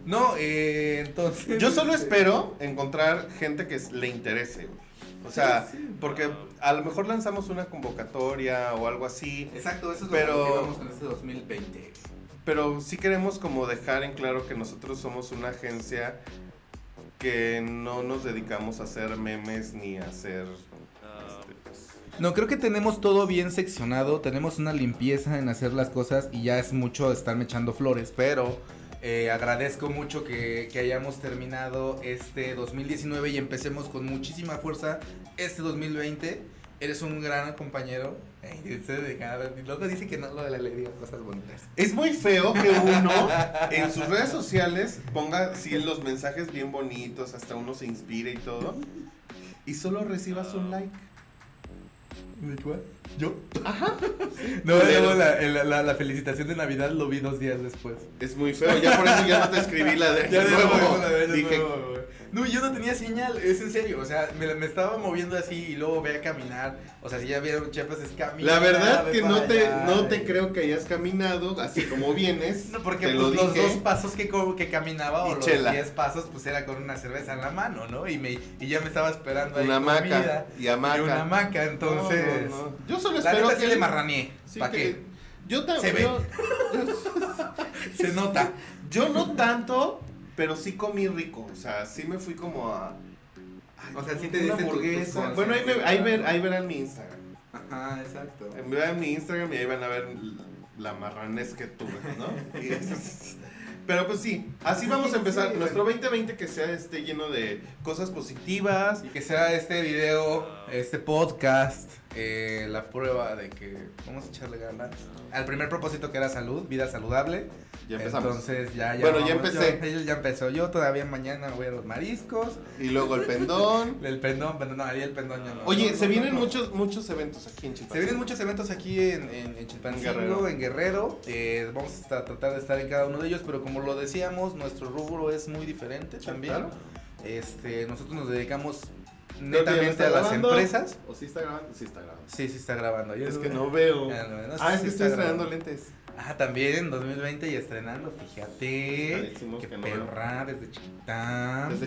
[SPEAKER 3] No, eh, entonces.
[SPEAKER 2] Yo solo
[SPEAKER 3] este,
[SPEAKER 2] espero encontrar gente que s- le interese, güey. O sea,
[SPEAKER 3] Sí, sí.
[SPEAKER 2] porque a lo mejor lanzamos una convocatoria o algo así,
[SPEAKER 3] Exacto, eso es
[SPEAKER 2] Pero-
[SPEAKER 3] lo que vamos con este 2020.
[SPEAKER 2] pero sí queremos como dejar en claro que nosotros somos una agencia que no nos dedicamos a hacer memes ni a hacer... este, pues,
[SPEAKER 3] No, creo que tenemos todo bien seccionado, tenemos una limpieza en hacer las cosas y ya es mucho estarme echando flores, pero eh, agradezco mucho que, que hayamos terminado este 2019 y empecemos con muchísima fuerza este 2020. Eres un gran compañero. Ey, ese de cada- Luego dice que no lo de la ley diga cosas bonitas.
[SPEAKER 2] Es muy feo que uno en sus redes sociales ponga sí, los mensajes bien bonitos, hasta uno se inspire y todo, y solo recibas un
[SPEAKER 3] Ah.
[SPEAKER 2] like.
[SPEAKER 3] ¿De cuál? ¿Yo? No, luego la, la- la- la felicitación de Navidad lo vi dos días después.
[SPEAKER 2] Es muy feo, ya por eso ya no te escribí la de...
[SPEAKER 3] Ya de nuevo,
[SPEAKER 2] nuevo.
[SPEAKER 3] una vez de
[SPEAKER 2] Dije,
[SPEAKER 3] nuevo, güey. No, yo no tenía señal, es en serio. O sea, me, me estaba moviendo así y luego voy a caminar. O sea, si ya vieron Chiapas es caminar.
[SPEAKER 2] La verdad
[SPEAKER 3] ve
[SPEAKER 2] que
[SPEAKER 3] para
[SPEAKER 2] no te,
[SPEAKER 3] allá,
[SPEAKER 2] no te
[SPEAKER 3] y-
[SPEAKER 2] creo que hayas caminado así como vienes.
[SPEAKER 3] No, porque
[SPEAKER 2] te
[SPEAKER 3] pues, los
[SPEAKER 2] dije.
[SPEAKER 3] dos pasos que, co- que caminaba
[SPEAKER 2] Y
[SPEAKER 3] o los
[SPEAKER 2] chela.
[SPEAKER 3] 10 pasos, pues era con una cerveza en la mano, ¿no? Y, me, y ya me estaba esperando ahí
[SPEAKER 2] Una
[SPEAKER 3] comida
[SPEAKER 2] hamaca y
[SPEAKER 3] Y
[SPEAKER 2] hamaca.
[SPEAKER 3] una hamaca,
[SPEAKER 2] No, no,
[SPEAKER 3] entonces.
[SPEAKER 2] no. Yo solo
[SPEAKER 3] La
[SPEAKER 2] espero
[SPEAKER 3] neta sí
[SPEAKER 2] que
[SPEAKER 3] le marraneé.
[SPEAKER 2] sí,
[SPEAKER 3] ¿Para
[SPEAKER 2] que-
[SPEAKER 3] qué?
[SPEAKER 2] Yo tam-
[SPEAKER 3] Se ve.
[SPEAKER 2] yo-
[SPEAKER 3] Se nota.
[SPEAKER 2] yo no tanto, pero sí comí rico, o sea, sí me fui como a ay,
[SPEAKER 3] O sea, sí te
[SPEAKER 2] una
[SPEAKER 3] diste tu- tus
[SPEAKER 2] hamburguesa.
[SPEAKER 3] cosas.
[SPEAKER 2] bueno, ahí, me- ahí ver, ahí verán mi Instagram.
[SPEAKER 3] Ajá, exacto.
[SPEAKER 2] Ahí Verán mi Instagram y ahí van a ver la marranés que tuve, ¿no? Y es- Pero pues sí, así vamos a empezar.
[SPEAKER 3] Sí.
[SPEAKER 2] Nuestro 2020 que sea este lleno de cosas positivas,
[SPEAKER 3] Y que sea este video, este podcast, eh, la prueba de que vamos a echarle ganas. Al primer propósito que era salud, vida saludable.
[SPEAKER 2] Ya empezamos.
[SPEAKER 3] Entonces ya, ya.
[SPEAKER 2] Bueno, ya
[SPEAKER 3] vamos.
[SPEAKER 2] empecé.
[SPEAKER 3] Yo- él ya empezó. Yo todavía mañana voy a los mariscos.
[SPEAKER 2] Y luego el pendón.
[SPEAKER 3] El pendón, pero no, ahí el pendón ya no.
[SPEAKER 2] Oye,
[SPEAKER 3] No,
[SPEAKER 2] se
[SPEAKER 3] no,
[SPEAKER 2] vienen
[SPEAKER 3] no.
[SPEAKER 2] muchos muchos eventos aquí en Chilpancingo.
[SPEAKER 3] Se vienen muchos eventos aquí en, en, en Chilpancingo,
[SPEAKER 2] En Guerrero.
[SPEAKER 3] en Guerrero. Eh, vamos a tratar de estar en cada uno de ellos, pero como lo decíamos, nuestro rubro es muy diferente
[SPEAKER 2] Sí,
[SPEAKER 3] también.
[SPEAKER 2] claro.
[SPEAKER 3] Este, nosotros nos dedicamos
[SPEAKER 2] Creo que ya no
[SPEAKER 3] netamente
[SPEAKER 2] está
[SPEAKER 3] a las
[SPEAKER 2] grabando.
[SPEAKER 3] empresas.
[SPEAKER 2] ¿O sí está grabando? Sí está grabando.
[SPEAKER 3] Sí, sí está grabando. Yo
[SPEAKER 2] Es
[SPEAKER 3] no-
[SPEAKER 2] que no veo.
[SPEAKER 3] Ya no, no sé
[SPEAKER 2] Ah, es
[SPEAKER 3] si
[SPEAKER 2] que estoy
[SPEAKER 3] está
[SPEAKER 2] estrenando
[SPEAKER 3] grabando.
[SPEAKER 2] lentes.
[SPEAKER 3] Ah, también en 2020 y estrenando, fíjate.
[SPEAKER 2] Decimos
[SPEAKER 3] Qué
[SPEAKER 2] que no veo.
[SPEAKER 3] perra, desde chiquita.
[SPEAKER 2] Desde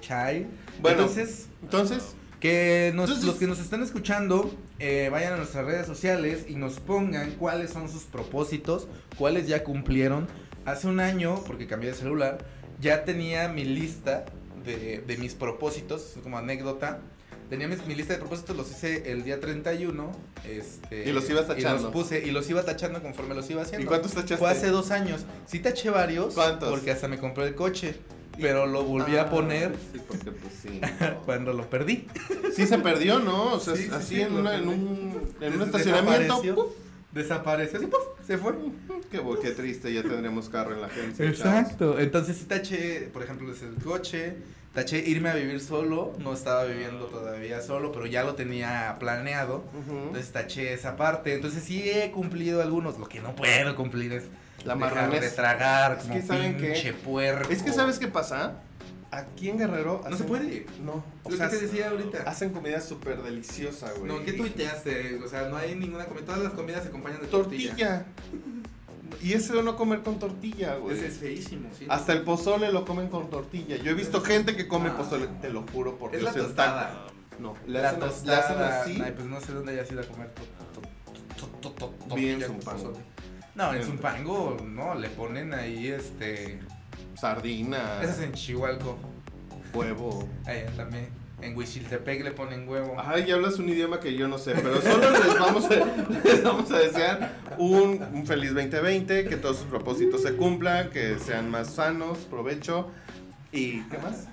[SPEAKER 2] Child.
[SPEAKER 3] Chai.
[SPEAKER 2] Bueno.
[SPEAKER 3] Entonces,
[SPEAKER 2] Entonces,
[SPEAKER 3] Que nos-
[SPEAKER 1] Entonces-
[SPEAKER 3] los que nos están escuchando eh, vayan a nuestras redes sociales y nos pongan cuáles son sus propósitos, cuáles ya cumplieron. Hace un año, porque cambié de celular, ya tenía mi lista de, de mis propósitos, como anécdota. Tenía mis- mi lista de propósitos, los hice el día 31. Este,
[SPEAKER 2] Y los ibas
[SPEAKER 3] Y
[SPEAKER 2] tachando.
[SPEAKER 3] los puse y los iba tachando conforme los iba haciendo.
[SPEAKER 2] ¿Y cuántos tachaste?
[SPEAKER 3] Fue hace dos años. Sí taché varios.
[SPEAKER 2] ¿Cuántos?
[SPEAKER 3] Porque hasta me compré el coche. Pero lo volví a
[SPEAKER 2] Ah,
[SPEAKER 3] poner
[SPEAKER 2] Sí, porque pues sí.
[SPEAKER 3] cuando lo perdí.
[SPEAKER 2] Sí se perdió, ¿no? O sea,
[SPEAKER 3] Sí, sí,
[SPEAKER 2] así
[SPEAKER 3] sí,
[SPEAKER 2] en,
[SPEAKER 3] lo
[SPEAKER 2] una-
[SPEAKER 3] perdí.
[SPEAKER 2] en un, en un
[SPEAKER 3] Des-
[SPEAKER 2] estacionamiento.
[SPEAKER 3] Desapareció.
[SPEAKER 2] ¡puf!
[SPEAKER 3] Desapareció, así, ¡puf! se fue.
[SPEAKER 2] Qué, bo- qué triste, ya tendremos carro en la agencia. chavos.
[SPEAKER 3] Exacto. Entonces sí taché, por ejemplo, desde el coche, taché irme a vivir solo, no estaba viviendo todavía solo, pero ya lo tenía planeado.
[SPEAKER 2] Ujú.
[SPEAKER 3] Entonces taché esa parte. Entonces sí he cumplido algunos. Lo que no puedo cumplir es
[SPEAKER 2] La
[SPEAKER 3] dejar de
[SPEAKER 2] marranés.
[SPEAKER 3] tragar
[SPEAKER 2] Es
[SPEAKER 3] como
[SPEAKER 2] que ¿saben qué?
[SPEAKER 3] pinche puerco.
[SPEAKER 2] Es que ¿sabes qué pasa? Aquí en Guerrero...
[SPEAKER 3] No se puede.
[SPEAKER 2] No. O
[SPEAKER 3] Lo
[SPEAKER 2] sea,
[SPEAKER 3] que te decía ahorita.
[SPEAKER 2] hacen comida súper deliciosa, güey.
[SPEAKER 3] No, ¿qué tuiteaste? O sea, no hay ninguna comida. Todas las comidas se acompañan de tortilla.
[SPEAKER 2] Tortilla. Y ese de no comer con tortilla, güey.
[SPEAKER 3] Ese es feísimo, sí.
[SPEAKER 2] Hasta el pozole lo comen con tortilla. Yo he visto gente que come
[SPEAKER 3] Ah.
[SPEAKER 2] pozole, te lo juro, porque
[SPEAKER 3] es la tostada.
[SPEAKER 2] No, le
[SPEAKER 3] La
[SPEAKER 2] hacen, le hacen
[SPEAKER 3] tostada.
[SPEAKER 2] así.
[SPEAKER 3] Ay, pues no sé dónde hayas ido a comer. to- to- to- to- to-
[SPEAKER 2] Bien
[SPEAKER 3] tortilla con
[SPEAKER 2] zumpango.
[SPEAKER 3] pozole. No, en
[SPEAKER 2] Bien.
[SPEAKER 3] Zumpango no, le ponen ahí este.
[SPEAKER 2] Sardina,
[SPEAKER 3] Eso es en Chihualco.
[SPEAKER 2] huevo.
[SPEAKER 3] Allá también. En Huichiltepec le ponen huevo.
[SPEAKER 2] Ay, ya hablas un idioma que yo no sé, pero solo les vamos a, les vamos a desear un, un feliz 2020, que todos sus propósitos se cumplan, que sean más sanos, provecho y ¿qué más?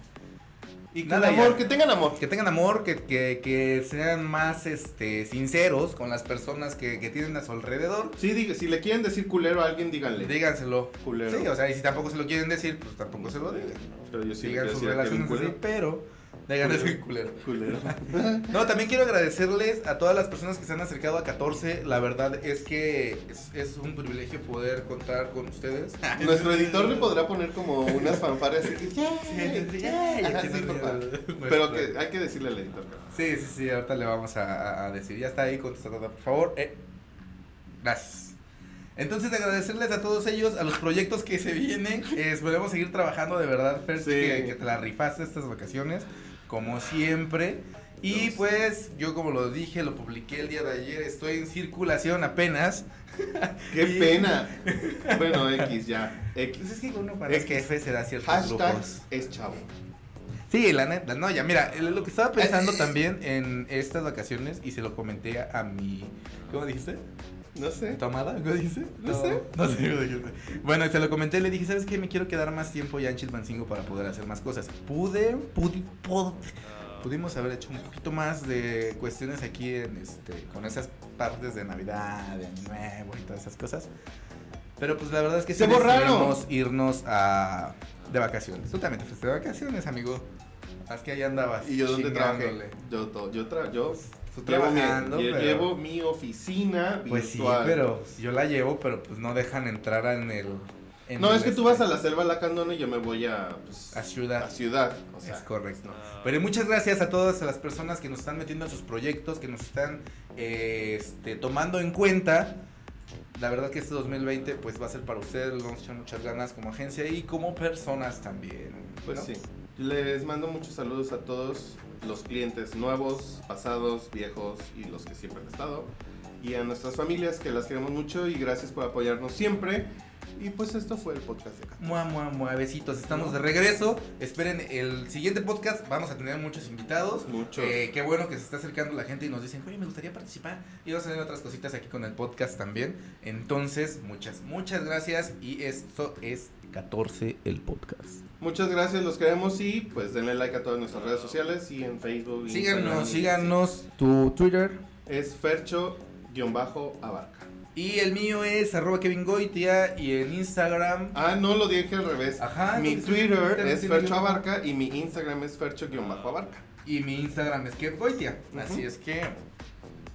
[SPEAKER 2] Y que, el
[SPEAKER 3] Nada,
[SPEAKER 2] amor,
[SPEAKER 3] ya.
[SPEAKER 2] que tengan amor.
[SPEAKER 3] Que tengan amor, que, que, que sean más este sinceros con las personas que, que tienen a su alrededor.
[SPEAKER 2] Sí, diga- si le quieren decir culero a alguien, díganle.
[SPEAKER 3] Díganselo.
[SPEAKER 2] culero.
[SPEAKER 3] Sí, o sea, y si tampoco se lo quieren decir, pues tampoco se lo digan.
[SPEAKER 2] Pero yo sí le
[SPEAKER 3] Digan
[SPEAKER 2] quiero
[SPEAKER 3] sus
[SPEAKER 2] decir a aquel
[SPEAKER 3] relaciones así,
[SPEAKER 2] culero.
[SPEAKER 3] pero díganle soy culero.
[SPEAKER 2] Culero.
[SPEAKER 3] No, también quiero agradecerles a todas las personas que se han acercado a 14. La verdad es que es, es un privilegio poder contar con ustedes.
[SPEAKER 2] Nuestro editor le podrá poner como unas fanfares así que, "Yay, yay". Ajá, sí, papá. Pero
[SPEAKER 3] Este,
[SPEAKER 2] que hay que decirle al editor. cabrón.
[SPEAKER 3] Sí, sí, sí, ahorita le vamos a, a- a decir. Ya está ahí contestada, por favor. Eh, gracias. Entonces, agradecerles a todos ellos, a los proyectos que se vienen. Eh, esperemos seguir trabajando de verdad, Fer,
[SPEAKER 2] Sí.
[SPEAKER 3] que, que te la rifaste estas vacaciones, como siempre. Y
[SPEAKER 2] Dios.
[SPEAKER 3] pues, yo como lo dije, lo publiqué el día de ayer, estoy en circulación apenas.
[SPEAKER 2] ¡Qué
[SPEAKER 3] Y-
[SPEAKER 2] pena! Bueno, X ya. X.
[SPEAKER 3] Pues es que uno para los
[SPEAKER 2] X.
[SPEAKER 3] jefes se da ciertos
[SPEAKER 2] Hashtag
[SPEAKER 3] lujos.
[SPEAKER 2] es chavo.
[SPEAKER 3] Sí, la neta, no, ya mira, el- lo que estaba pensando también en estas vacaciones y se lo comenté a, a mi... ¿Cómo dijiste?
[SPEAKER 2] No sé.
[SPEAKER 3] ¿Tomada? ¿Cómo dijiste?
[SPEAKER 2] No sé.
[SPEAKER 3] No sé cómo dijiste. Bueno, se lo comenté, le dije, ¿sabes qué? Me quiero quedar más tiempo ya en Chilpancingo para poder hacer más cosas. Pude, pude, pod- pudimos haber hecho un poquito más de cuestiones aquí en este, con esas partes de Navidad, de Año Nuevo y todas esas cosas. Pero pues la verdad es que sí
[SPEAKER 2] ¡Se borraron!
[SPEAKER 3] decidimos irnos a de vacaciones. Tú también te fuiste de vacaciones, amigo. Es que ahí andabas.
[SPEAKER 2] ¿Y yo dónde
[SPEAKER 3] chingándole.
[SPEAKER 2] trabajé? Yo, to- yo, tra- yo
[SPEAKER 3] Tú
[SPEAKER 2] llevo mi,
[SPEAKER 3] trabajando,
[SPEAKER 2] lle-
[SPEAKER 3] pero-
[SPEAKER 2] llevo mi oficina
[SPEAKER 3] Pues sí,
[SPEAKER 2] virtual.
[SPEAKER 3] pero yo la llevo, pero pues no dejan entrar en el. en
[SPEAKER 2] No,
[SPEAKER 3] el
[SPEAKER 2] es que tú
[SPEAKER 3] este,
[SPEAKER 2] vas a la selva lacandona y yo me voy a, pues,
[SPEAKER 3] A ciudad.
[SPEAKER 2] a ciudad. O sea,
[SPEAKER 3] Es correcto.
[SPEAKER 1] Ah.
[SPEAKER 3] Pero muchas gracias a todas las personas que nos están metiendo en sus proyectos, que nos están eh, este, tomando en cuenta. La verdad que este 2020 pues va a ser para ustedes, les vamos a echar muchas ganas como agencia y como personas también.
[SPEAKER 2] Pues
[SPEAKER 3] ¿no?
[SPEAKER 2] sí. Les mando muchos saludos a todos los clientes nuevos, pasados, viejos y los que siempre han estado. Y a nuestras familias que las queremos mucho y gracias por apoyarnos siempre. Y pues esto fue el podcast de acá.
[SPEAKER 3] Mua, mua, mua, besitos. Estamos de regreso. Esperen el siguiente podcast. Vamos a tener muchos invitados.
[SPEAKER 2] Mucho.
[SPEAKER 3] Eh, qué bueno que se está acercando la gente y nos dicen, oye, me gustaría participar. Y vamos a tener otras cositas aquí con el podcast también. Entonces, muchas, muchas gracias. Y esto es 14 el podcast.
[SPEAKER 2] Muchas gracias, los queremos y pues denle like a todas nuestras redes sociales y en Facebook. Instagram y-
[SPEAKER 3] Síganos, síganos tu Twitter.
[SPEAKER 2] Es Fercho-Abarca.
[SPEAKER 3] Y el mío es arroba Kevin Goitia y en Instagram.
[SPEAKER 2] Ah, no lo dije al revés.
[SPEAKER 3] Ajá,
[SPEAKER 2] mi
[SPEAKER 3] no, sí,
[SPEAKER 2] Twitter
[SPEAKER 3] sí,
[SPEAKER 2] es
[SPEAKER 3] sí,
[SPEAKER 2] Fercho
[SPEAKER 3] sí.
[SPEAKER 2] Abarca y mi Instagram es Fercho-Abarca.
[SPEAKER 3] Y mi Instagram es Kev Goitia.
[SPEAKER 2] Ujú.
[SPEAKER 3] Así es que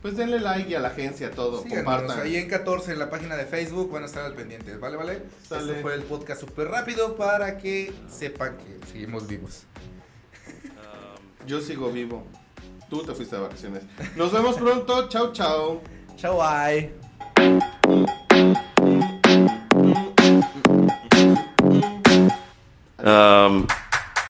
[SPEAKER 2] Pues denle like y a la agencia todo,
[SPEAKER 3] Síganos
[SPEAKER 2] compartan.
[SPEAKER 3] ahí en 14 en la página de Facebook van a estar al pendiente, ¿vale? ¿Vale?
[SPEAKER 2] Sale.
[SPEAKER 3] Este fue el podcast súper rápido para que sepan que seguimos vivos.
[SPEAKER 2] Yo sigo vivo. Tú te fuiste de vacaciones. Nos vemos pronto. Chao, chao.
[SPEAKER 3] Chao, bye.
[SPEAKER 1] Um,